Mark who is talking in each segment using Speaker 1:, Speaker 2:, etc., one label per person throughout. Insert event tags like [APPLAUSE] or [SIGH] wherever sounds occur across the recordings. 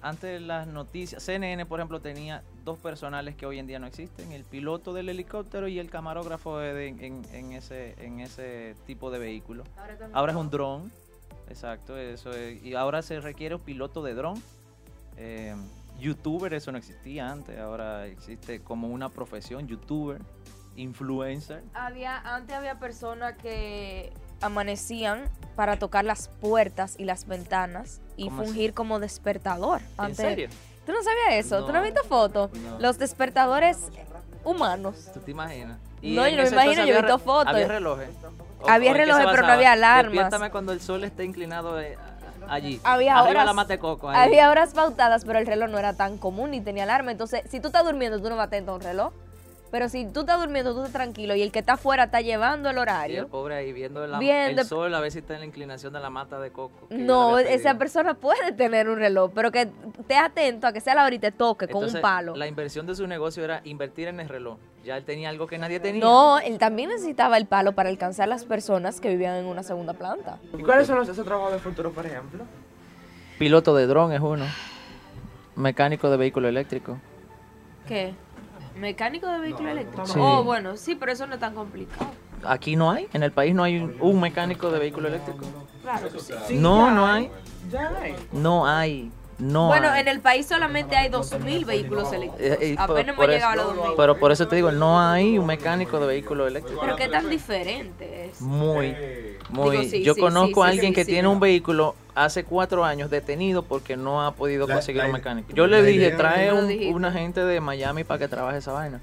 Speaker 1: antes las noticias, CNN por ejemplo tenía dos personales que hoy en día no existen, el piloto del helicóptero y el camarógrafo de- en, en ese, en ese tipo de vehículo.
Speaker 2: Ahora, también-
Speaker 1: Ahora es un dron, exacto, eso es, y ahora se requiere un piloto de dron. Eh, youtuber, eso no existía antes, ahora existe como una profesión, youtuber, influencer.
Speaker 2: Había, antes había personas que amanecían para tocar las puertas y las ventanas y
Speaker 1: ¿Cómo así?
Speaker 2: fungir como despertador.
Speaker 1: ¿En
Speaker 2: Antes-
Speaker 1: serio?
Speaker 2: ¿Tú no sabías eso? ¿Tú no
Speaker 1: No.
Speaker 2: has visto fotos?
Speaker 1: No.
Speaker 2: Los despertadores humanos.
Speaker 1: ¿Tú te imaginas?
Speaker 2: No,
Speaker 1: en
Speaker 2: yo no me
Speaker 1: ese
Speaker 2: imagino,
Speaker 1: entonces
Speaker 2: yo he
Speaker 1: había
Speaker 2: visto
Speaker 1: re-
Speaker 2: fotos.
Speaker 1: Había relojes. O-
Speaker 2: Había
Speaker 1: ¿o en qué se
Speaker 2: relojes, pero no
Speaker 1: basaba?
Speaker 2: había alarmas.
Speaker 1: Despiértame cuando el sol esté inclinado eh, a- allí.
Speaker 2: Había
Speaker 1: Arriba
Speaker 2: horas-
Speaker 1: la matecoco. ahí.
Speaker 2: Había horas pautadas, pero el reloj no era tan común ni tenía alarma. Entonces, si tú estás durmiendo, tú no vas atento a un reloj. Pero si tú estás durmiendo, tú estás tranquilo y el que está afuera está llevando el
Speaker 1: Y el
Speaker 2: horario.
Speaker 1: pobre ahí viendo, la-
Speaker 2: Viendo-
Speaker 1: el sol a ver si está en la inclinación de la mata de coco. que yo
Speaker 2: No,
Speaker 1: le había
Speaker 2: esa
Speaker 1: pedido.
Speaker 2: persona puede tener un reloj, pero que estés atento a que sea la hora y te toque con
Speaker 1: Entonces,
Speaker 2: un palo.
Speaker 1: La inversión de su negocio era invertir en el reloj. Ya él tenía algo que nadie tenía.
Speaker 2: No, él también necesitaba el palo para alcanzar las personas que vivían en una segunda planta.
Speaker 3: ¿Y cuáles son los, esos trabajos de futuro, por ejemplo?
Speaker 1: Piloto de dron es uno. Mecánico de vehículo eléctrico.
Speaker 4: ¿Qué? ¿Mecánico de vehículo eléctrico?
Speaker 1: Sí.
Speaker 4: Oh, bueno, sí, pero eso no es tan complicado.
Speaker 1: Aquí no hay. En el país no hay un, un mecánico de vehículo eléctrico.
Speaker 4: Claro que sí.
Speaker 1: No, no hay.
Speaker 3: Ya hay.
Speaker 1: No hay. No
Speaker 4: Bueno,
Speaker 1: hay.
Speaker 4: en el país solamente hay 2.000 vehículos
Speaker 1: Eh, eh,
Speaker 4: eléctricos.
Speaker 1: por-
Speaker 4: Apenas hemos
Speaker 1: por
Speaker 4: llegado a
Speaker 1: eso-
Speaker 4: los 2.000.
Speaker 1: Pero por eso te digo, no hay un mecánico de vehículo eléctrico.
Speaker 4: Pero qué tan diferente es.
Speaker 1: Muy, muy.
Speaker 4: Digo, sí,
Speaker 1: Yo
Speaker 4: sí, sí,
Speaker 1: conozco a
Speaker 4: sí,
Speaker 1: alguien
Speaker 4: sí,
Speaker 1: que
Speaker 4: sí,
Speaker 1: tiene
Speaker 4: no.
Speaker 1: un vehículo hace cuatro años detenido porque no ha podido
Speaker 5: La-
Speaker 1: conseguir
Speaker 5: la
Speaker 1: un
Speaker 5: idea-
Speaker 1: mecánico. Yo le
Speaker 5: la
Speaker 1: dije,
Speaker 5: idea-
Speaker 1: trae
Speaker 4: Lo
Speaker 1: un,
Speaker 4: dijiste.
Speaker 1: un agente de Miami para que trabaje esa vaina.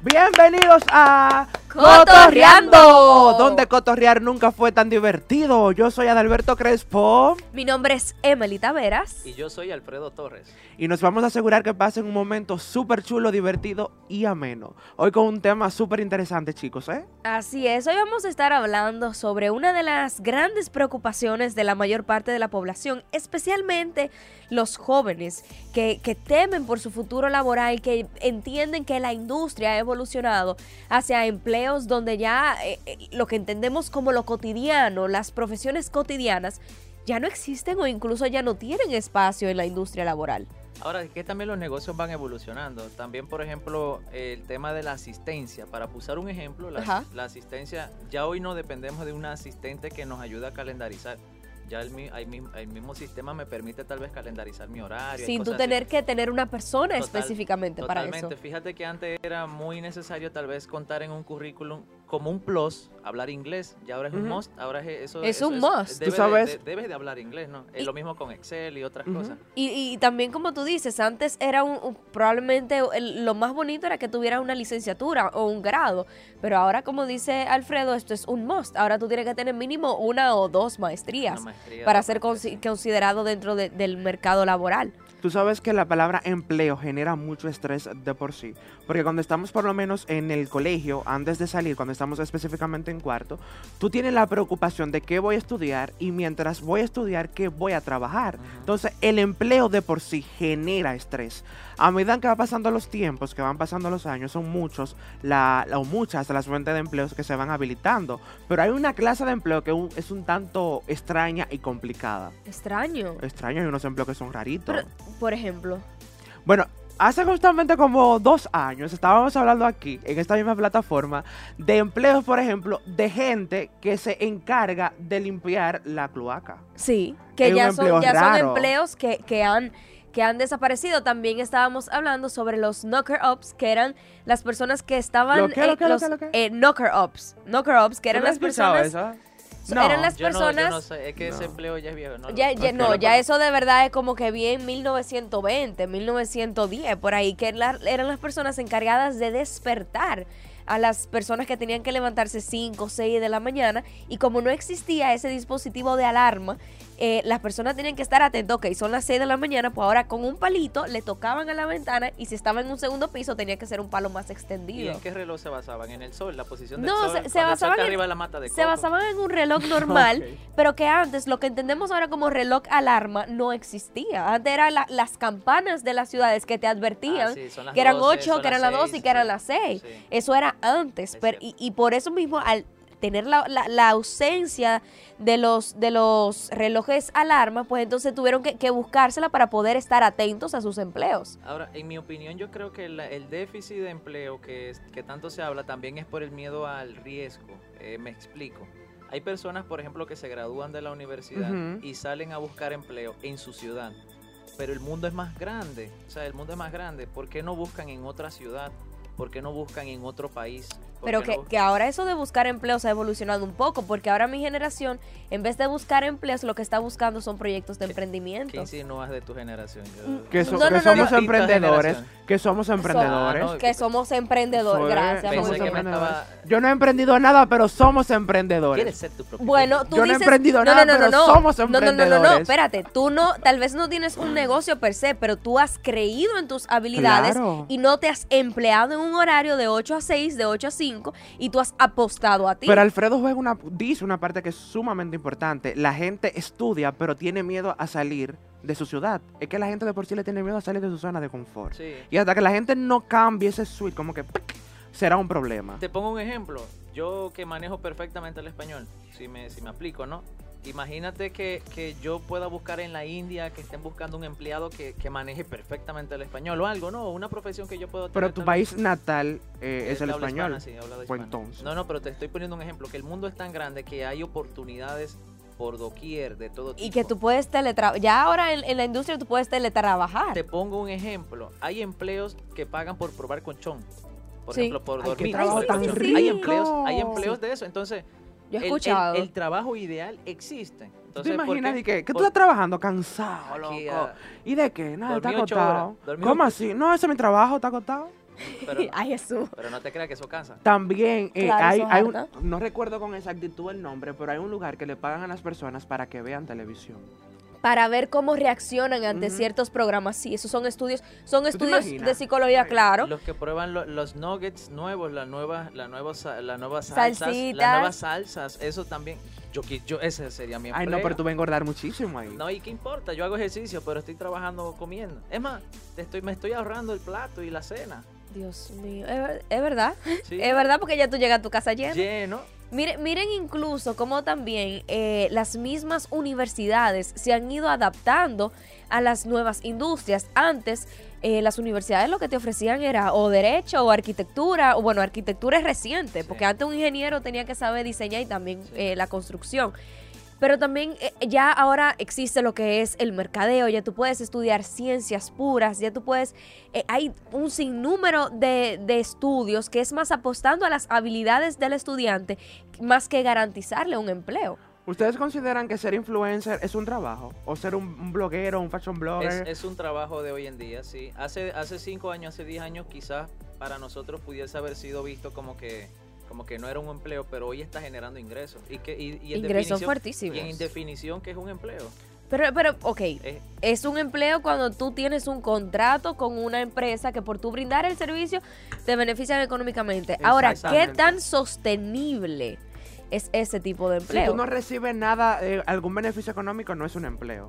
Speaker 3: Bienvenidos a
Speaker 2: Cotorreando.
Speaker 3: donde cotorrear nunca fue tan divertido. Yo soy Adalberto Crespo
Speaker 2: Mi nombre es Emily Taveras.
Speaker 1: Y yo soy Alfredo Torres.
Speaker 3: y nos vamos a asegurar que pasen un momento súper chulo, divertido y ameno. Hoy con un tema súper interesante, chicos, ¿eh?
Speaker 2: Así es, hoy vamos a estar hablando sobre una de las grandes preocupaciones de la mayor parte de la población, especialmente los jóvenes que, que temen por su futuro laboral, que entienden que la industria ha evolucionado hacia empleos donde ya eh, eh, lo que entendemos como lo cotidiano, las profesiones cotidianas, ya no existen o incluso ya no tienen espacio en la industria laboral.
Speaker 1: Ahora, es que también los negocios van evolucionando. También, por ejemplo, el tema de la asistencia. Para usar un ejemplo,
Speaker 2: Ajá.
Speaker 1: la, la asistencia, ya hoy no dependemos de una asistente que nos ayude a calendarizar. Ya el, mi- el mi- el mismo sistema me permite tal vez calendarizar mi horario. y
Speaker 2: Sin tú
Speaker 1: cosas así.
Speaker 2: tener que tener una persona
Speaker 1: Total-
Speaker 2: específicamente para
Speaker 1: Totalmente.
Speaker 2: eso.
Speaker 1: Fíjate que antes era muy necesario tal vez contar en un currículum como un plus, hablar inglés. Ya ahora es un
Speaker 3: Ujú.
Speaker 1: must. Ahora es eso.
Speaker 2: Es
Speaker 1: eso
Speaker 2: un must.
Speaker 3: Tú
Speaker 1: debe de-
Speaker 3: sabes-
Speaker 1: de- debes de hablar inglés, ¿no? Es
Speaker 2: Y-
Speaker 1: lo mismo con Excel y otras
Speaker 3: Ujú.
Speaker 1: cosas.
Speaker 2: Y, y también como tú dices, antes era un, un- probablemente el- lo más bonito era que tuviera una licenciatura o un grado, pero ahora como dice Alfredo, esto es un must. Ahora tú tienes que tener mínimo una o dos maestrías
Speaker 1: Una maestría,
Speaker 2: para
Speaker 1: dos
Speaker 2: ser
Speaker 1: maestrías.
Speaker 2: consi- considerado dentro de- del mercado laboral.
Speaker 3: Tú sabes que la palabra empleo genera mucho estrés de por sí, porque cuando estamos por lo menos en el colegio, antes de salir, cuando estamos específicamente en cuarto, tú tienes la preocupación de qué voy a estudiar y mientras voy a estudiar, qué voy a trabajar.
Speaker 1: Ujú.
Speaker 3: Entonces, el empleo de por sí genera estrés. A medida que va pasando los tiempos, que van pasando los años, son muchos la, la- o muchas las fuentes de empleos que se van habilitando, pero hay una clase de empleo que un- es un tanto extraña y complicada.
Speaker 2: Extraño.
Speaker 3: Extraño, hay unos empleos que son raritos.
Speaker 2: Pero, por ejemplo,
Speaker 3: Bueno, hace justamente como dos años estábamos hablando aquí, en esta misma plataforma, de empleos, por ejemplo, de gente que se encarga de limpiar la cloaca.
Speaker 2: sí,
Speaker 3: Es
Speaker 2: que
Speaker 3: un
Speaker 2: ya, son,
Speaker 3: empleo
Speaker 2: ya son
Speaker 3: raro.
Speaker 2: empleos que, que han que han desaparecido. También estábamos hablando sobre los knocker-ups, que eran las personas que estaban...
Speaker 3: ¿Lo qué, lo
Speaker 2: eh,
Speaker 3: qué, lo
Speaker 2: los,
Speaker 3: qué, lo qué?
Speaker 2: eh, knocker-ups. Knocker-ups, que
Speaker 3: ¿Tú
Speaker 2: eran
Speaker 3: no has
Speaker 2: las
Speaker 3: escuchado
Speaker 2: personas...
Speaker 3: eso?
Speaker 2: eran las
Speaker 1: Yo no, yo
Speaker 2: personas-
Speaker 1: no sé, es que ese
Speaker 3: No.
Speaker 1: empleo ya es viejo. No,
Speaker 2: Ya,
Speaker 1: lo-
Speaker 2: ya-
Speaker 3: Ok,
Speaker 2: no,
Speaker 3: lo
Speaker 2: ya
Speaker 3: conozco.
Speaker 2: eso de verdad es como que bien 1920, 1910, por ahí, que la- eran las personas encargadas de despertar a las personas que tenían que levantarse 5 o 6 de la mañana y como no existía ese dispositivo de alarma, eh, las personas tenían que estar atentas, ok, son las 6 de la mañana, pues ahora con un palito le tocaban a la ventana y si estaba en un segundo piso tenía que ser un palo más
Speaker 1: ¿Y
Speaker 2: extendido.
Speaker 1: en qué reloj se basaban? ¿En el sol? ¿La posición del
Speaker 2: No,
Speaker 1: sol?
Speaker 2: se- se
Speaker 1: Cuando el sol
Speaker 2: basaban
Speaker 1: está
Speaker 2: en-
Speaker 1: arriba de la mata de
Speaker 2: Se
Speaker 1: coco.
Speaker 2: basaban en
Speaker 1: [LAUGHS]
Speaker 2: un reloj normal, pero que antes lo que entendemos ahora como reloj alarma no existía. Antes eran las campanas de las ciudades que te advertían
Speaker 1: Ah, sí, son las
Speaker 2: que eran
Speaker 1: 12,
Speaker 2: 8,
Speaker 1: son
Speaker 2: que eran las 12 y
Speaker 1: seis,
Speaker 2: que eran
Speaker 1: sí.
Speaker 2: las 6.
Speaker 1: Sí.
Speaker 2: Eso era antes,
Speaker 1: Es
Speaker 2: pero, y, y por eso mismo al tener la, la- la ausencia de los, de los relojes alarma, pues entonces tuvieron que, que buscársela para poder estar atentos a sus empleos.
Speaker 1: Ahora, en mi opinión, yo creo que la- el déficit de empleo que, es- que tanto se habla también es por el miedo al riesgo. Eh, me explico. Hay personas, por ejemplo, que se gradúan de la universidad
Speaker 3: Ujú.
Speaker 1: y salen a buscar empleo en su ciudad. Pero el mundo es más grande. O sea, el mundo es más grande. ¿Por qué no buscan en otra ciudad? ¿Por qué no buscan en otro país? ¿Por
Speaker 2: Pero
Speaker 1: qué
Speaker 2: que,
Speaker 1: no bus-
Speaker 2: que ahora eso de buscar empleos ha evolucionado un poco, porque ahora mi generación, en vez de buscar empleos, lo que está buscando son proyectos de
Speaker 1: ¿Qué-
Speaker 2: emprendimiento.
Speaker 1: ¿Qué insinúas de tu generación? Yo-
Speaker 3: Que,
Speaker 1: yo
Speaker 3: so-
Speaker 2: Mm, No,
Speaker 3: que
Speaker 1: soy
Speaker 2: no, no,
Speaker 3: somos
Speaker 1: distinta
Speaker 3: emprendedores.
Speaker 1: generación.
Speaker 3: Que somos emprendedores.
Speaker 1: Ah, no,
Speaker 2: que somos emprendedores,
Speaker 3: Soy-
Speaker 2: gracias.
Speaker 3: somos
Speaker 1: Pensé
Speaker 2: José.
Speaker 1: que me
Speaker 3: emprendedores.
Speaker 1: estaba-
Speaker 3: Yo no he emprendido nada, pero somos emprendedores.
Speaker 1: ¿Quieres ser tu propio
Speaker 2: Bueno, tú
Speaker 3: Yo no he
Speaker 2: dices,
Speaker 3: emprendido nada, pero somos
Speaker 2: No, no, no, no,
Speaker 3: emprendedores.
Speaker 2: espérate, tú no, tal vez no tienes un negocio per se, pero tú has creído en tus habilidades
Speaker 3: Claro.
Speaker 2: y no te has empleado en un horario de 8 a 6, de 8 a 5 y tú has apostado a ti.
Speaker 3: Pero Alfredo juega una, dice una parte que es sumamente importante. La gente estudia, pero tiene miedo a salir de su ciudad. Es que la gente de por sí le tiene miedo a salir de su zona de confort.
Speaker 1: Sí.
Speaker 3: Y hasta que la gente no cambie ese switch, como que ¡pac! será un problema.
Speaker 1: Te pongo un ejemplo. Yo que manejo perfectamente el español, si me, si me aplico, ¿no? Imagínate que, que yo pueda buscar en la India que estén buscando un empleado que, que maneje perfectamente el español o algo, ¿no? Una profesión que yo puedo
Speaker 3: Pero
Speaker 1: tener
Speaker 3: tu
Speaker 1: tal-
Speaker 3: país natal eh,
Speaker 1: eh,
Speaker 3: es el
Speaker 1: habla
Speaker 3: español.
Speaker 1: hispana, sí, habla de
Speaker 3: Pues
Speaker 1: hispana.
Speaker 3: entonces.
Speaker 1: No, no, pero te estoy poniendo un ejemplo, que el mundo es tan grande que hay oportunidades por doquier de todo tipo.
Speaker 2: y que tú puedes teletrabajar. Ya ahora en, en la industria tú puedes teletrabajar.
Speaker 1: Te pongo un ejemplo. Hay empleos que pagan por probar colchón. Por
Speaker 2: Sí.
Speaker 1: ejemplo, por
Speaker 3: Ay, qué
Speaker 1: dormir.
Speaker 3: trabajo
Speaker 1: por
Speaker 3: tan
Speaker 1: colchón. Hay
Speaker 3: rico.
Speaker 1: empleos, hay empleos de eso. Entonces,
Speaker 2: Yo he
Speaker 1: el- el-
Speaker 2: escuchado.
Speaker 1: El, trabajo ideal existe.
Speaker 3: ¿Tú
Speaker 1: Entonces,
Speaker 3: te
Speaker 1: ¿por
Speaker 3: imaginas
Speaker 1: qué?
Speaker 3: de que, que tú
Speaker 1: por-
Speaker 3: estás trabajando cansado,
Speaker 1: Aquí,
Speaker 3: loco?
Speaker 1: ah,
Speaker 3: ¿Y de qué? Nada, está
Speaker 1: dormí ocho horas,
Speaker 3: acotado.
Speaker 1: dormí
Speaker 3: ¿Cómo
Speaker 1: ocho-
Speaker 3: así? No, ese es mi trabajo, está acotado.
Speaker 1: pero,
Speaker 2: [LAUGHS] Ay, Jesús.
Speaker 1: pero no te creas que eso cansa.
Speaker 3: También eh,
Speaker 2: Claro,
Speaker 3: hay,
Speaker 2: eso es
Speaker 3: hay un-
Speaker 2: harta.
Speaker 3: no recuerdo con exactitud el nombre, pero hay un lugar que le pagan a las personas para que vean televisión.
Speaker 2: Para ver cómo reaccionan ante
Speaker 3: Ujú.
Speaker 2: ciertos programas. Sí, esos son estudios, son
Speaker 3: te
Speaker 2: estudios
Speaker 3: imaginas?
Speaker 2: de psicología,
Speaker 3: Ay,
Speaker 2: claro.
Speaker 1: Los que prueban lo- los nuggets nuevos, las nuevas, la nueva, sa- la nueva salsas,
Speaker 2: Salsitas.
Speaker 1: las nuevas salsas, eso también. Yo, qui- yo ese sería mi
Speaker 3: Ay,
Speaker 1: empleo.
Speaker 3: no, pero tú vas a engordar muchísimo ahí.
Speaker 1: No, y qué importa, yo hago ejercicio, pero estoy trabajando comiendo. Es más, te estoy, me estoy ahorrando el plato y la
Speaker 2: [LAUGHS]
Speaker 1: cena.
Speaker 2: Dios mío, es, ver- es verdad.
Speaker 1: Sí.
Speaker 2: Es verdad porque ya tú llegas a tu casa llena.
Speaker 1: Lleno.
Speaker 2: Miren, miren incluso cómo también eh, las mismas universidades se han ido adaptando a las nuevas industrias. Antes, eh, las universidades lo que te ofrecían era o derecho o arquitectura, o bueno, arquitectura es reciente,
Speaker 1: Sí.
Speaker 2: porque antes un ingeniero tenía que saber diseñar y también
Speaker 1: Sí.
Speaker 2: eh, la construcción. Pero también eh, ya ahora existe lo que es el mercadeo, ya tú puedes estudiar ciencias puras, ya tú puedes, eh, hay un sinnúmero de, de estudios que es más apostando a las habilidades del estudiante más que garantizarle un empleo.
Speaker 3: ¿Ustedes consideran que ser influencer es un trabajo? ¿O ser un, un bloguero, un fashion
Speaker 1: Es,
Speaker 3: blogger?
Speaker 1: es un trabajo de hoy en día, sí. Hace, hace cinco años, hace 10 años, quizás para nosotros pudiese haber sido visto como que, como que no era un empleo, pero hoy está generando ingresos. Y, que, y, y en definición-
Speaker 2: Ingresos fuertísimos.
Speaker 1: Y en definición, que es un empleo.
Speaker 2: Pero, pero, ok,
Speaker 1: Es-
Speaker 2: es un empleo cuando tú tienes un contrato con una empresa que por tú brindar el servicio te benefician económicamente. Ahora, ¿qué
Speaker 3: Exactamente.
Speaker 2: tan sostenible es ese tipo de
Speaker 3: si
Speaker 2: empleo?
Speaker 3: tú no recibes nada, eh, algún beneficio económico, no es un empleo.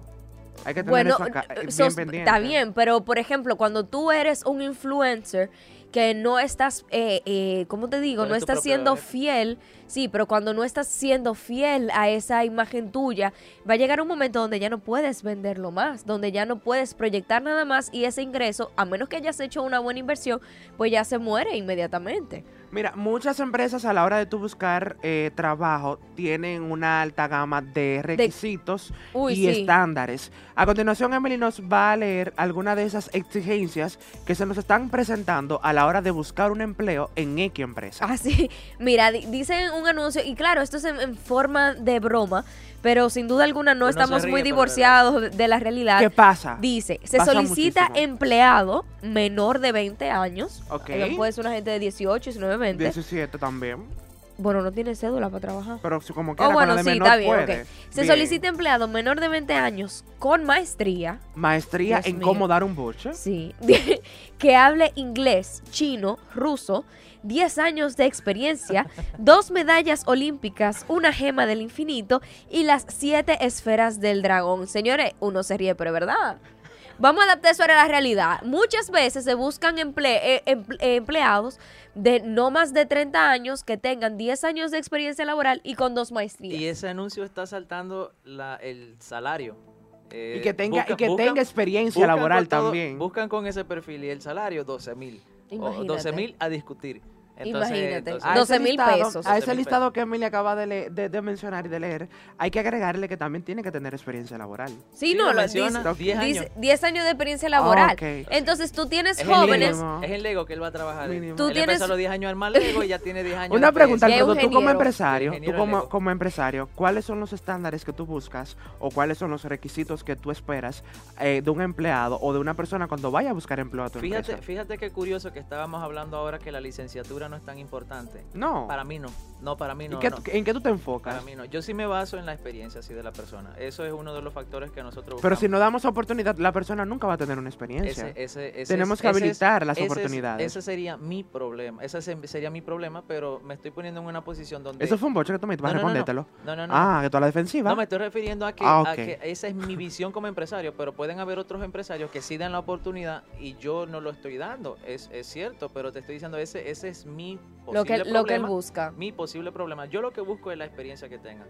Speaker 3: Hay que tener
Speaker 2: Bueno,
Speaker 3: eso acá, eh,
Speaker 2: eh,
Speaker 3: bien
Speaker 2: sos-
Speaker 3: pendiente.
Speaker 2: está bien, pero por ejemplo, cuando tú eres un influencer que no estás, eh, eh, ¿cómo te digo?
Speaker 1: Tú
Speaker 2: No
Speaker 1: eres tu
Speaker 2: estás
Speaker 1: propio
Speaker 2: siendo
Speaker 1: jefe.
Speaker 2: fiel, sí, pero cuando no estás siendo fiel a esa imagen tuya, va a llegar un momento donde ya no puedes venderlo más, donde ya no puedes proyectar nada más y ese ingreso, a menos que hayas hecho una buena inversión, pues ya se muere inmediatamente.
Speaker 3: Mira, muchas empresas a la hora de tú buscar eh, trabajo tienen una alta gama de requisitos
Speaker 2: Uy,
Speaker 3: y
Speaker 2: sí.
Speaker 3: estándares. A continuación, Emily nos va a leer algunas de esas exigencias que se nos están presentando a la hora de buscar un empleo en X empresa.
Speaker 2: Así, mira, di- dicen un anuncio, y claro, esto es en, en forma de broma, pero sin duda alguna
Speaker 1: Pero
Speaker 2: no
Speaker 1: no se
Speaker 2: estamos
Speaker 1: ríe,
Speaker 2: muy
Speaker 1: pero
Speaker 2: divorciados de- de la
Speaker 3: ¿Qué
Speaker 2: realidad.
Speaker 3: pasa?
Speaker 2: Dice, se
Speaker 3: Pasa
Speaker 2: solicita
Speaker 3: muchísimo.
Speaker 2: empleado menor de 20 años.
Speaker 3: Ok.
Speaker 2: Eh, Puede ser una gente de 18, 19, 20.
Speaker 3: 17 también.
Speaker 2: Bueno, no tiene cédula para trabajar.
Speaker 3: Pero si como que
Speaker 2: Oh, bueno,
Speaker 3: de
Speaker 2: sí,
Speaker 3: menor
Speaker 2: está bien, ok.
Speaker 3: puedes.
Speaker 2: Se
Speaker 3: Bien.
Speaker 2: solicita empleado menor de 20 años con maestría,
Speaker 3: Maestría
Speaker 2: Dios
Speaker 3: en
Speaker 2: mío.
Speaker 3: cómo dar un buche.
Speaker 2: sí, [LAUGHS] que hable inglés, chino, ruso, 10 años de experiencia,
Speaker 1: [LAUGHS]
Speaker 2: dos medallas olímpicas, una gema del infinito y las siete esferas del dragón. Señores, uno se ríe, pero es verdad. Vamos a adaptar eso a la realidad. Muchas veces se buscan emple- eh, emple- eh, empleados de no más de 30 años que tengan 10 años de experiencia laboral y con dos maestrías.
Speaker 1: Y ese anuncio está saltando la- el salario. Eh,
Speaker 3: Y que tenga, y
Speaker 1: busca-
Speaker 3: que
Speaker 1: buscan-
Speaker 3: tenga experiencia
Speaker 1: buscan
Speaker 3: laboral
Speaker 1: con todo-
Speaker 3: también.
Speaker 1: Buscan con ese perfil y el salario 12 mil.
Speaker 2: Imagínate.
Speaker 1: 12 oh, mil a discutir. Entonces,
Speaker 2: Imagínate.
Speaker 1: entonces-
Speaker 3: A ese
Speaker 2: 12.000
Speaker 3: listado-
Speaker 2: pesos.
Speaker 3: A
Speaker 1: 12.000
Speaker 3: ese listado que Emily acaba de, le- de- de mencionar y de leer, hay que agregarle que también tiene que tener experiencia laboral.
Speaker 2: sí,
Speaker 1: Sí,
Speaker 2: no,
Speaker 1: lo
Speaker 2: lo
Speaker 1: menciona,
Speaker 2: dice-
Speaker 1: 10 años.
Speaker 2: dice 10 años de experiencia laboral.
Speaker 3: Ah, ok.
Speaker 2: Entonces tú tienes
Speaker 1: es en
Speaker 2: jóvenes.
Speaker 1: Lego, es en Lego que él va a trabajar.
Speaker 3: Mínimo.
Speaker 2: Tú
Speaker 1: Él empezó
Speaker 2: tienes-
Speaker 1: a los 10 años a armar Lego y ya tiene 10 años. de
Speaker 3: Una pregunta,
Speaker 2: Ya es
Speaker 3: Alfredo,
Speaker 1: experiencia.
Speaker 3: tú como
Speaker 2: ingeniero.
Speaker 3: empresario, tú
Speaker 1: Ingeniero
Speaker 3: como,
Speaker 1: Lego.
Speaker 3: como empresario, ¿cuáles son los estándares que tú buscas o cuáles son los requisitos que tú esperas eh, de un empleado o de una persona cuando vaya a buscar empleo a tu
Speaker 1: Fíjate,
Speaker 3: empresa?
Speaker 1: fíjate qué curioso que estábamos hablando ahora que la licenciatura no es tan importante.
Speaker 3: No.
Speaker 1: Para mí no. No, para mí
Speaker 3: ¿Y
Speaker 1: no.
Speaker 3: qué
Speaker 1: no.
Speaker 3: tú- ¿En qué tú te
Speaker 1: Para
Speaker 3: enfocas?
Speaker 1: mí no. Yo sí me baso en la experiencia así de la persona. Eso es uno de los factores que nosotros
Speaker 3: Pero
Speaker 1: buscamos.
Speaker 3: si no damos oportunidad, la persona nunca va a tener una experiencia.
Speaker 1: Ese- ese- ese
Speaker 3: Tenemos
Speaker 1: es-
Speaker 3: que
Speaker 1: ese es-
Speaker 3: habilitar las
Speaker 1: ese es-
Speaker 3: oportunidades.
Speaker 1: Ese sería mi problema. Ese se- sería mi problema, pero me estoy poniendo en una posición donde.
Speaker 3: Eso fue un boche que tú me vas
Speaker 1: No,
Speaker 3: a
Speaker 1: no, no, no.
Speaker 3: respondértelo.
Speaker 1: No, no, no.
Speaker 3: Ah, que tú a la defensiva.
Speaker 1: No, me estoy refiriendo a que,
Speaker 3: Ah,
Speaker 1: a
Speaker 3: ok.
Speaker 1: que esa es mi visión como empresario, pero pueden haber otros empresarios que sí dan la oportunidad y yo no lo estoy dando. Es, es cierto, pero te estoy diciendo, ese, ese es mi posible
Speaker 2: Lo que,
Speaker 1: problema.
Speaker 2: lo que él busca.
Speaker 1: mi posible problema. Yo lo que busco es la experiencia que tenga.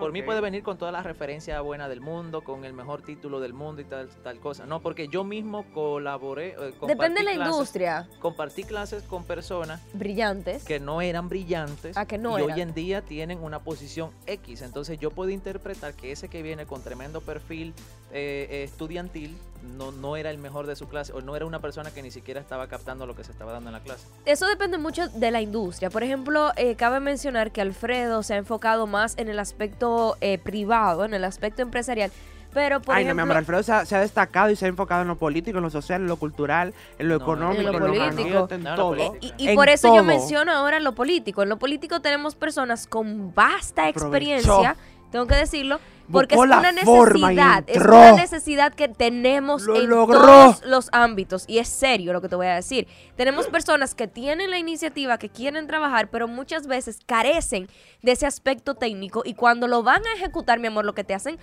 Speaker 1: Por mí
Speaker 3: Ok.
Speaker 1: puede venir con todas las referencias buenas del mundo, con el mejor título del mundo y tal, tal cosa. No, porque yo mismo colaboré. eh, compartí
Speaker 2: Depende de la
Speaker 1: clases-
Speaker 2: industria.
Speaker 1: Compartí clases con personas
Speaker 2: Brillantes.
Speaker 1: que no eran brillantes
Speaker 2: Ah, que no
Speaker 1: y
Speaker 2: eran.
Speaker 1: hoy en día tienen una posición X. Entonces yo puedo interpretar que ese que viene con tremendo perfil eh, eh, estudiantil no, no era el mejor de su clase o no era una persona que ni siquiera estaba captando lo que se estaba dando en la clase.
Speaker 2: Eso depende mucho de la industria. Por ejemplo, eh, cabe mencionar que Alfredo se ha enfocado más en el aspecto eh, privado, en el aspecto empresarial. Pero, por
Speaker 3: Ay, no, mi
Speaker 2: ejemplo,
Speaker 3: amor, Alfredo se ha, se ha destacado y se ha enfocado en lo político, en lo social, en lo cultural, en lo
Speaker 1: No,
Speaker 3: económico,
Speaker 2: en
Speaker 3: en
Speaker 2: lo
Speaker 3: lo,
Speaker 2: político.
Speaker 3: en
Speaker 1: No, lo
Speaker 3: todo.
Speaker 1: político.
Speaker 2: eh, y, y
Speaker 3: En
Speaker 2: por eso yo
Speaker 3: todo.
Speaker 2: menciono ahora lo político. En lo político tenemos personas con vasta experiencia, tengo que decirlo, porque
Speaker 3: Buscó
Speaker 2: es
Speaker 3: la
Speaker 2: una
Speaker 3: forma y
Speaker 2: necesidad, es
Speaker 3: entró.
Speaker 2: una necesidad que tenemos
Speaker 3: Lo
Speaker 2: en
Speaker 3: logró.
Speaker 2: todos los ámbitos y es serio lo que te voy a decir. Tenemos personas que tienen la iniciativa, que quieren trabajar, pero muchas veces carecen de ese aspecto técnico y cuando lo van a ejecutar, mi amor, lo que te hacen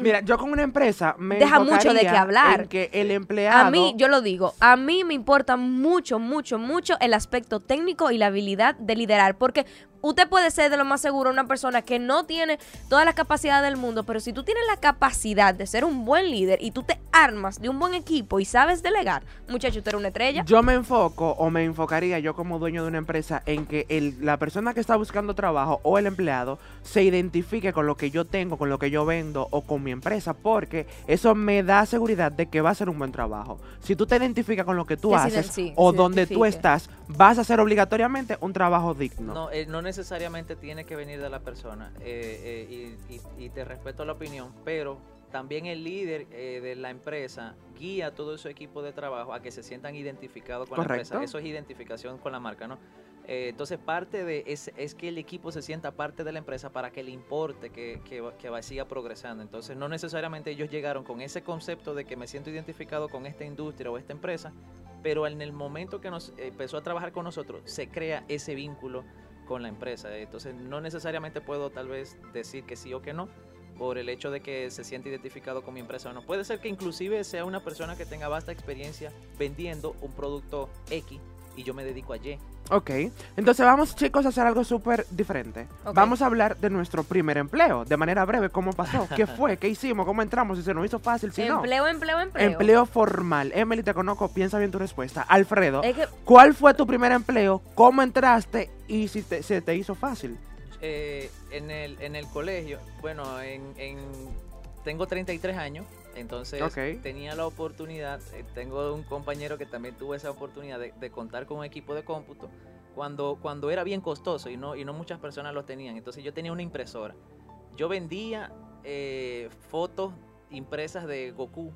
Speaker 3: Mira, yo con una empresa me
Speaker 2: Deja mucho de
Speaker 3: enfocaría
Speaker 2: qué hablar.
Speaker 3: En que el empleado
Speaker 2: A mí, yo lo digo, a mí me importa mucho, mucho, mucho el aspecto técnico y la habilidad de liderar, porque usted puede ser de lo más seguro una persona que no tiene todas las capacidades del mundo, pero si tú tienes la capacidad de ser un buen líder y tú te armas de un buen equipo y sabes delegar, muchacho, tú eres una estrella.
Speaker 3: Yo me enfoco o me enfocaría yo como dueño de una empresa en que el- la persona que está buscando trabajo o el empleado se identifique con lo que yo tengo, con lo que yo vendo o con mi empresa, porque eso me da seguridad de que va a ser un buen trabajo. Si tú te identificas con lo que tú
Speaker 2: Que se
Speaker 3: haces
Speaker 2: iden- sí,
Speaker 3: o
Speaker 2: se
Speaker 3: donde tú
Speaker 2: identifique.
Speaker 3: estás, vas a hacer obligatoriamente un trabajo digno.
Speaker 1: No, eh, no necesariamente tiene que venir de la persona. eh, eh, y, y- y te respeto la opinión, pero también el líder eh, de la empresa guía a todo su equipo de trabajo a que se sientan identificados con la
Speaker 3: Correcto.
Speaker 1: empresa. Eso es identificación con la marca, ¿no? Eh, entonces, parte de es, es que el equipo se sienta parte de la empresa para que le importe que, que, va- que va- siga progresando. Entonces, no necesariamente ellos llegaron con ese concepto de que me siento identificado con esta industria o esta empresa, pero en el momento que nos empezó a trabajar con nosotros, se crea ese vínculo con la empresa. Entonces, no necesariamente puedo tal vez decir que sí o que no por el hecho de que se siente identificado con mi empresa o no. Puede ser que inclusive sea una persona que tenga vasta experiencia vendiendo un producto X y yo me dedico a Y.
Speaker 3: Ok, entonces vamos chicos a hacer algo súper diferente.
Speaker 2: Ok.
Speaker 3: Vamos a hablar de nuestro primer empleo, de manera breve, cómo pasó, qué fue, qué hicimos, cómo entramos, si se nos hizo fácil,
Speaker 2: [LAUGHS]
Speaker 3: si no.
Speaker 2: empleo, empleo, empleo,
Speaker 3: Empleo formal. Emily, te conozco, piensa bien tu respuesta. Alfredo,
Speaker 1: Eh.
Speaker 2: Es que
Speaker 3: ¿cuál fue tu primer empleo? ¿Cómo entraste? Y si te- se te hizo fácil.
Speaker 1: Eh, en, el, en el colegio, bueno, en, en- tengo 33 años, entonces
Speaker 3: Ok.
Speaker 1: tenía la oportunidad, eh, tengo un compañero que también tuvo esa oportunidad de, de contar con un equipo de cómputo cuando, cuando era bien costoso y no, y no muchas personas lo tenían. Entonces yo tenía una impresora. Yo vendía eh, fotos impresas de Goku eh,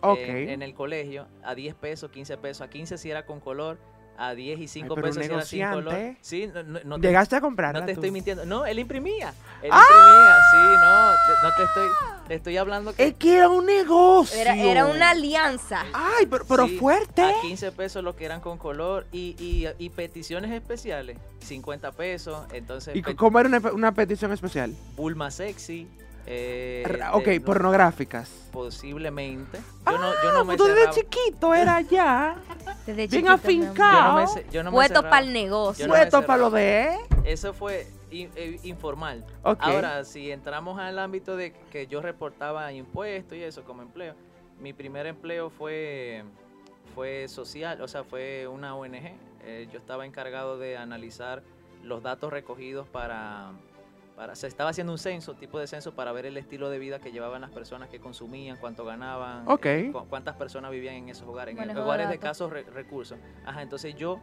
Speaker 3: Ok.
Speaker 1: en, en el colegio a 10 pesos, 15 pesos, a 15 si era con color, a 10 y 5
Speaker 3: pero un
Speaker 1: pesos si era sin color.
Speaker 3: negociante.
Speaker 1: Sí, no, no- no te-
Speaker 3: Llegaste a comprarla
Speaker 1: no te
Speaker 3: tú.
Speaker 1: estoy mintiendo. No, él imprimía. Él imprimía,
Speaker 3: ¡Ah!
Speaker 1: sí, no. te- no te estoy. Te estoy hablando que
Speaker 3: Es que era un negocio.
Speaker 2: era, era una alianza.
Speaker 3: Ay, pero, pero
Speaker 1: Sí, Ah,
Speaker 3: fuerte.
Speaker 1: a 15 pesos lo que eran con color y, y- y peticiones especiales, 50 pesos. Entonces,
Speaker 3: ¿Y
Speaker 1: pe-
Speaker 3: cómo era una, una petición especial?
Speaker 1: Bulma Sexy. eh,
Speaker 3: R-
Speaker 1: de-
Speaker 3: ok,
Speaker 1: no-
Speaker 3: pornográficas.
Speaker 1: Posiblemente. Yo no, yo no me
Speaker 3: pues Tú desde
Speaker 1: cerraba- [LAUGHS]
Speaker 3: chiquito era ya.
Speaker 2: Desde
Speaker 3: Bien
Speaker 2: chiquita, mi
Speaker 3: afincado.
Speaker 1: yo no
Speaker 3: Cao.
Speaker 1: me, ce- yo no
Speaker 2: amor.
Speaker 1: me
Speaker 2: Puesto
Speaker 1: cerraba.
Speaker 2: para el negocio.
Speaker 1: Yo no me
Speaker 3: Puesto para lo
Speaker 1: cerraba.
Speaker 3: de. ¿eh?
Speaker 1: Eso fue in- eh, informal.
Speaker 3: Ok.
Speaker 1: Ahora, si entramos al ámbito de que yo reportaba impuestos y eso como empleo, mi primer empleo fue, fue social, o sea, fue una ONG. Eh, yo estaba encargado de analizar los datos recogidos para, para... Se estaba haciendo un censo, tipo de censo, para ver el estilo de vida que llevaban las personas que consumían, cuánto ganaban,
Speaker 3: Ok.
Speaker 1: eh, cu- cuántas personas vivían en esos hogares, en
Speaker 4: Manejo de
Speaker 1: hogares de
Speaker 4: datos.
Speaker 1: casos re- recursos. Ajá, entonces yo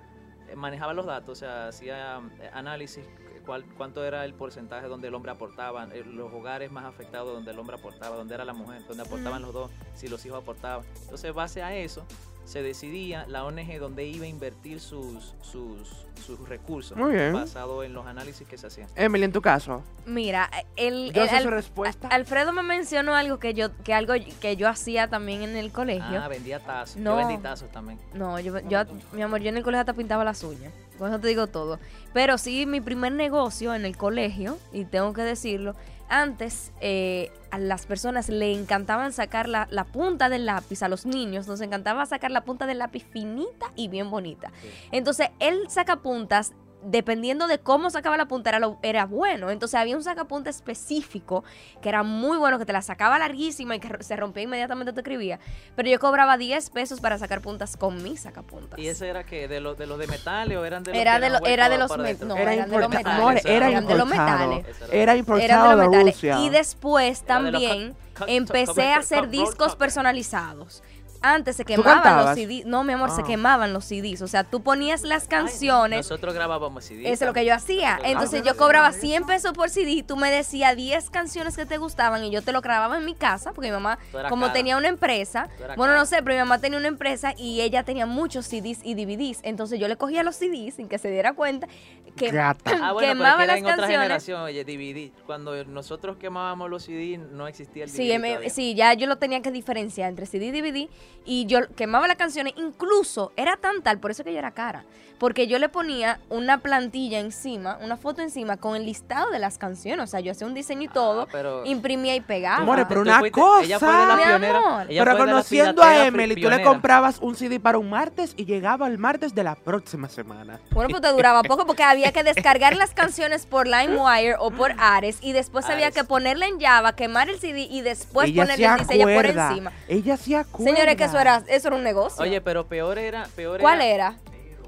Speaker 1: eh, manejaba los datos, o sea, hacía eh, análisis, eh, cuál- cuánto era el porcentaje donde el hombre aportaba, eh, los hogares más afectados donde el hombre aportaba, donde era la mujer, donde aportaban los dos, si los hijos aportaban. Entonces, base a eso, se decidía la ONG donde iba a invertir sus, sus, sus recursos,
Speaker 3: Muy bien.
Speaker 1: basado en los análisis que se hacían.
Speaker 3: Emily, en tu caso.
Speaker 2: Mira, el,
Speaker 3: Yo
Speaker 2: el-
Speaker 3: sé su
Speaker 2: Al-
Speaker 3: respuesta.
Speaker 2: Alfredo me mencionó algo que yo que algo que yo hacía también en el colegio.
Speaker 1: Ah, vendía tazos.
Speaker 2: No.
Speaker 1: Yo vendí tazos también.
Speaker 2: No, yo, yo- mi amor, yo en el colegio hasta pintaba las uñas. Con eso te digo todo. Pero sí, mi primer negocio en el colegio, y tengo que decirlo, antes eh, a las personas le encantaban sacar la, la punta del lápiz, a los niños nos encantaba sacar la punta del lápiz finita y bien bonita.
Speaker 1: Sí.
Speaker 2: Entonces, él saca puntas. Dependiendo de cómo sacaba la punta, era, lo- era bueno. Entonces había un sacapunta específico que era muy bueno, que te la sacaba larguísima y que ro- se rompía inmediatamente, te escribía. Pero yo cobraba 10 pesos para sacar puntas con mis sacapuntas.
Speaker 1: ¿Y ese era que ¿De los de, los de metales o eran de los
Speaker 2: Era
Speaker 1: que
Speaker 2: de
Speaker 1: eran
Speaker 2: lo- era de
Speaker 1: huecos
Speaker 2: los
Speaker 1: por
Speaker 2: me-
Speaker 1: dentro?
Speaker 2: no,
Speaker 3: era
Speaker 2: eran de los
Speaker 3: importado.
Speaker 1: metales,
Speaker 3: No, era
Speaker 1: eran de
Speaker 2: los
Speaker 3: importado.
Speaker 2: metales.
Speaker 1: Esa era
Speaker 3: Era
Speaker 2: Eran de
Speaker 3: importado
Speaker 2: los
Speaker 3: de
Speaker 2: metales.
Speaker 3: Rusia.
Speaker 2: Y después
Speaker 1: Era de los
Speaker 2: también
Speaker 1: cut- cut-
Speaker 2: empecé
Speaker 1: cover-
Speaker 2: a hacer
Speaker 1: cover-
Speaker 2: discos
Speaker 1: cover.
Speaker 2: personalizados. Antes se quemaban los
Speaker 3: cantabas?
Speaker 2: CDs. No, mi amor, se
Speaker 3: Ah.
Speaker 2: quemaban los CDs. O sea, tú ponías las
Speaker 1: Ay,
Speaker 2: canciones.
Speaker 1: Nosotros grabábamos CD.
Speaker 2: eso es lo que
Speaker 1: también.
Speaker 2: yo hacía.
Speaker 1: Nosotros
Speaker 2: Entonces yo
Speaker 1: grabábamos
Speaker 2: cobraba 100 pesos por CD. Tú me decías 10 canciones que te gustaban y yo te lo grababa en mi casa porque mi mamá,
Speaker 1: Tú eras
Speaker 2: como
Speaker 1: cara.
Speaker 2: tenía una empresa,
Speaker 1: Tú eras
Speaker 2: bueno, no
Speaker 1: cara. Ah,
Speaker 2: sé, pero mi mamá tenía una empresa y ella tenía muchos CDs y DVDs. Entonces yo le cogía los CDs sin que se diera cuenta que
Speaker 3: Gata.
Speaker 2: [COUGHS]
Speaker 1: Ah, bueno, pero es
Speaker 2: quemaba
Speaker 1: que era
Speaker 2: las
Speaker 1: en otra
Speaker 2: canciones.
Speaker 1: generación, oye, DVD. Cuando nosotros quemábamos los CD, no existía el DVD.
Speaker 2: Sí, em-
Speaker 1: todavía.
Speaker 2: sí, ya yo lo tenía que diferenciar entre CD y DVD y yo quemaba las canciones, incluso era tan tal, por eso que yo era cara, porque yo le ponía una plantilla encima, una foto encima con el listado de las canciones, o sea, yo hacía un diseño y
Speaker 1: Ah,
Speaker 2: todo,
Speaker 1: pero-
Speaker 2: imprimía y pegaba.
Speaker 3: Amores, pero
Speaker 1: Tú
Speaker 3: una
Speaker 1: fuiste- Ella fue de la
Speaker 3: cosa. Mi
Speaker 1: pionera. ella
Speaker 2: amor.
Speaker 1: fue de
Speaker 3: Pero
Speaker 1: la
Speaker 3: conociendo a
Speaker 1: piratera pri-
Speaker 3: Emily, tú le
Speaker 1: pionera.
Speaker 3: comprabas un CD para un martes y llegaba el martes de la próxima semana.
Speaker 2: Bueno, pues te duraba poco porque había que descargar las canciones por LimeWire
Speaker 1: [LAUGHS]
Speaker 2: o por Ares y después había
Speaker 1: Ares.
Speaker 2: que ponerla en Java, quemar el CD y después
Speaker 3: ella
Speaker 2: ponerle
Speaker 3: se
Speaker 2: el diseño por
Speaker 3: acuerda.
Speaker 2: encima.
Speaker 3: Ella se acuerda.
Speaker 2: Señores, que eso era, eso era un negocio.
Speaker 1: Oye, pero peor era. Peor
Speaker 2: ¿Cuál
Speaker 1: era?
Speaker 2: era?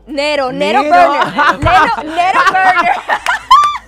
Speaker 2: Nero, [LAUGHS] Nero,
Speaker 3: Nero.
Speaker 2: Burner. Nero, Nero Burner. [LAUGHS]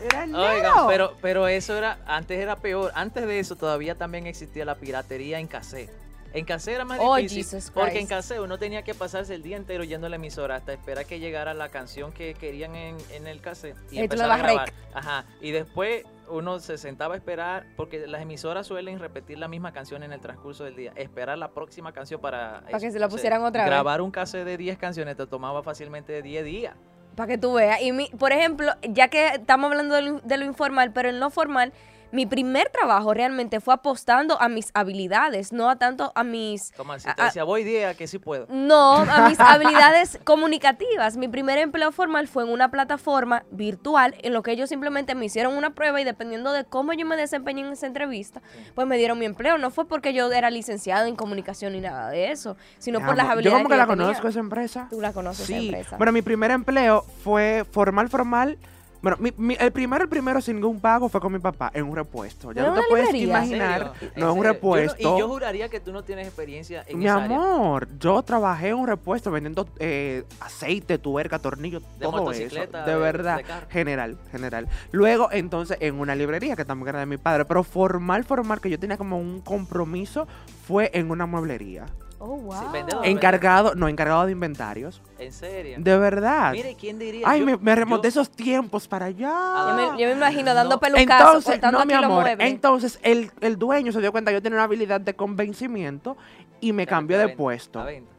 Speaker 3: Era el
Speaker 1: Oigan,
Speaker 3: Nero.
Speaker 1: pero, pero eso era. Antes era peor. Antes de eso todavía también existía la piratería en cassette. En cassette era más
Speaker 2: Oh,
Speaker 1: difícil.
Speaker 2: Jesus
Speaker 1: porque en
Speaker 2: Christ.
Speaker 1: cassette uno tenía que pasarse el día entero yendo a la emisora hasta esperar que llegara la canción que querían en, en el cassette. Y
Speaker 2: Y tú le
Speaker 1: empezar a
Speaker 2: dabas rec.
Speaker 1: grabar. Ajá. Y después uno se sentaba a esperar. Porque las emisoras suelen repetir la misma canción en el transcurso del día. Esperar la próxima canción para.
Speaker 2: Para que se
Speaker 1: o
Speaker 2: la
Speaker 1: sea,
Speaker 2: pusieran otra vez.
Speaker 1: Grabar un cassette de 10 canciones te tomaba fácilmente 10 días.
Speaker 2: Para que tú veas. Y mi, por ejemplo, ya que estamos hablando de lo, de lo informal, pero en lo formal, mi primer trabajo realmente fue apostando a mis habilidades, no a tanto a mis
Speaker 1: Como así,
Speaker 2: Ah,
Speaker 1: te
Speaker 2: ah.
Speaker 1: decía, voy 10, que sí puedo.
Speaker 2: No, a
Speaker 3: [LAUGHS]
Speaker 2: mis habilidades comunicativas. Mi primer empleo formal fue en una plataforma virtual en lo que ellos simplemente me hicieron una prueba y dependiendo de cómo yo me desempeñé en esa entrevista, pues me dieron mi empleo. No fue porque yo era licenciada en comunicación ni nada de eso, sino
Speaker 3: Mi
Speaker 2: por las
Speaker 3: amor,
Speaker 2: habilidades
Speaker 3: Yo como
Speaker 2: que
Speaker 3: que la
Speaker 2: yo tenía.
Speaker 3: conozco esa empresa.
Speaker 2: Tú la conoces esa empresa.
Speaker 3: Bueno, mi primer empleo fue formal, formal. Bueno, mi- mi- el primero, el primero sin ningún pago fue con mi papá en un repuesto. Ya
Speaker 2: ¿No era
Speaker 3: no te
Speaker 2: una
Speaker 3: puedes
Speaker 2: librería?
Speaker 1: ¿En serio?
Speaker 3: imaginar.
Speaker 1: ¿En
Speaker 3: No, un
Speaker 1: serio? Yo no-
Speaker 3: repuesto.
Speaker 1: y yo juraría que tú no tienes experiencia en
Speaker 3: Mi
Speaker 1: esa área.
Speaker 3: amor, yo trabajé en un repuesto vendiendo eh, aceite, tuerca, tornillo, todo eso.
Speaker 1: motocicleta,
Speaker 3: De
Speaker 1: de-
Speaker 3: verdad,
Speaker 1: de carro.
Speaker 3: general, general. Luego, entonces, en una librería que también era de mi padre, pero formal, formal, que yo tenía como un compromiso, fue en una mueblería.
Speaker 2: Oh, wow.
Speaker 1: Sí, vendedor. En-
Speaker 3: Encargado, no, encargado de inventarios.
Speaker 1: En serio.
Speaker 3: De verdad.
Speaker 1: Mire, ¿quién diría?
Speaker 3: Ay,
Speaker 1: Yo-
Speaker 3: me, me remonté
Speaker 1: yo- Ah.
Speaker 3: esos tiempos para allá.
Speaker 2: yo, me, yo me imagino dando
Speaker 1: No.
Speaker 2: pelucazos,
Speaker 3: Entonces,
Speaker 2: cortando
Speaker 3: no,
Speaker 2: aquí
Speaker 3: mi
Speaker 2: los
Speaker 3: amor.
Speaker 2: muebles.
Speaker 3: Entonces, el, el dueño se dio cuenta que yo tenía una habilidad de convencimiento y me
Speaker 1: Te metí
Speaker 3: cambió
Speaker 1: a
Speaker 3: de
Speaker 1: venta,
Speaker 3: puesto.
Speaker 1: a venta.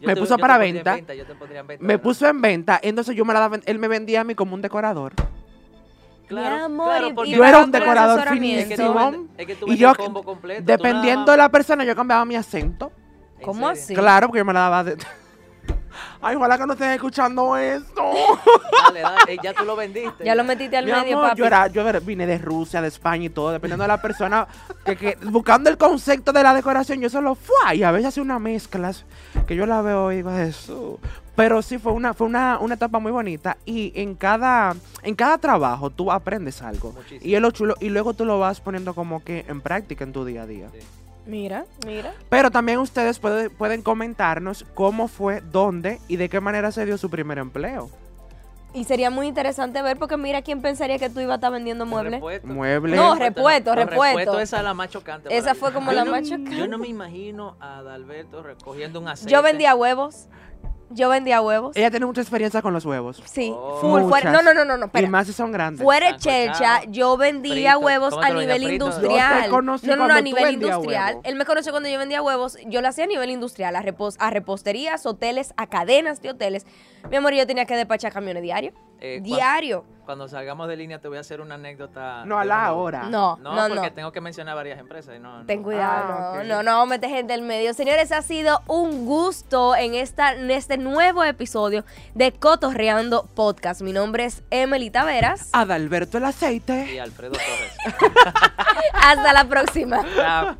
Speaker 1: Yo
Speaker 3: Me
Speaker 1: te-
Speaker 3: puso
Speaker 1: yo te
Speaker 3: para
Speaker 1: pondría en
Speaker 3: venta.
Speaker 1: yo te pondría en venta,
Speaker 3: Me
Speaker 1: ¿verdad?
Speaker 3: puso en venta, entonces yo me la daba, él me vendía a mí como un decorador.
Speaker 1: Claro,
Speaker 2: Mi amor,
Speaker 1: claro,
Speaker 2: y-
Speaker 1: porque-
Speaker 2: y
Speaker 3: Yo era un
Speaker 2: para
Speaker 3: decorador
Speaker 2: asesoramiento.
Speaker 1: Es que tú
Speaker 3: finísimo.
Speaker 1: vendes- es que tú
Speaker 3: Y
Speaker 1: vendes
Speaker 3: yo,
Speaker 1: el combo completo. tú
Speaker 3: Dependiendo
Speaker 1: nada
Speaker 3: de la persona, yo cambiaba mi acento.
Speaker 1: más- ¿En
Speaker 2: ¿Cómo
Speaker 1: serio?
Speaker 2: así?
Speaker 3: Claro, porque yo me la daba de... [LAUGHS] Ay, ojalá que no estés escuchando esto.
Speaker 1: Dale, dale, eh, ya tú lo vendiste.
Speaker 2: Ya lo metiste al
Speaker 3: Mi
Speaker 2: medio,
Speaker 3: amor,
Speaker 2: papi.
Speaker 3: Yo, era, yo era- vine de Rusia, de España y todo, dependiendo de la persona, que, que- buscando el concepto de la decoración, yo solo fue y a veces hace unas mezclas que yo la veo y digo, Jesús. Pero sí, fue una, fue una, una etapa muy bonita y en cada, en cada trabajo tú aprendes algo.
Speaker 1: Muchísimo.
Speaker 3: Y es lo chulo, y luego tú lo vas poniendo como que en práctica en tu día a día.
Speaker 1: Sí.
Speaker 2: Mira, mira.
Speaker 3: Pero también ustedes puede- pueden comentarnos cómo fue, dónde y de qué manera se dio su primer empleo.
Speaker 2: Y sería muy interesante ver porque mira quién pensaría que tú ibas a estar vendiendo muebles.
Speaker 1: Repuesto.
Speaker 3: Mueble.
Speaker 2: No, repuesto,
Speaker 1: No,
Speaker 2: repuesto.
Speaker 1: Esa es la más chocante.
Speaker 2: Esa
Speaker 1: para mí.
Speaker 2: fue como
Speaker 1: Yo
Speaker 2: la
Speaker 1: no-
Speaker 2: más chocante.
Speaker 1: Yo no me imagino a Adalberto recogiendo un aceite.
Speaker 2: Yo vendía huevos. Yo vendía huevos.
Speaker 3: Ella tiene mucha experiencia con los huevos.
Speaker 2: Sí,
Speaker 1: Eh, Oh.
Speaker 2: full. Fuera, no,
Speaker 3: Muchas.
Speaker 2: no, no, no, no,
Speaker 3: Y
Speaker 2: espera.
Speaker 3: más si son grandes.
Speaker 2: Fuera de
Speaker 1: Sancochado,
Speaker 2: chelcha, yo vendía
Speaker 1: frito.
Speaker 2: huevos
Speaker 1: ¿Cómo te
Speaker 2: a
Speaker 1: lo
Speaker 2: nivel
Speaker 1: vendía, frito?
Speaker 2: industrial.
Speaker 3: Yo te conocí
Speaker 2: no, no, no,
Speaker 3: cuando
Speaker 2: a
Speaker 3: tú
Speaker 2: nivel
Speaker 3: vendías
Speaker 2: industrial.
Speaker 3: huevos.
Speaker 2: Él me conoció cuando yo vendía huevos. Yo lo hacía a nivel industrial, a, repos- a reposterías, hoteles, a cadenas de hoteles. Mi amor, yo tenía que despachar camiones diario.
Speaker 1: Eh, cuan-
Speaker 2: diario.
Speaker 1: Cuando, salgamos de línea te voy a hacer una anécdota.
Speaker 3: No, a
Speaker 1: de
Speaker 3: la
Speaker 1: nuevo.
Speaker 3: hora.
Speaker 2: No,
Speaker 1: Ah, No,
Speaker 2: no, no.
Speaker 1: porque tengo que mencionar varias empresas. y no, no.
Speaker 2: Ten cuidado,
Speaker 3: Ah,
Speaker 2: no,
Speaker 3: ok.
Speaker 2: no, no, mete gente del medio. Señores, ha sido un gusto en, esta, en este nuevo episodio de Cotorreando Podcast. Mi nombre es Emily
Speaker 1: [LAUGHS]
Speaker 2: Taveras.
Speaker 3: Adalberto el aceite.
Speaker 1: Y Alfredo Ah, Torres.
Speaker 2: Hasta la próxima.
Speaker 1: Chao.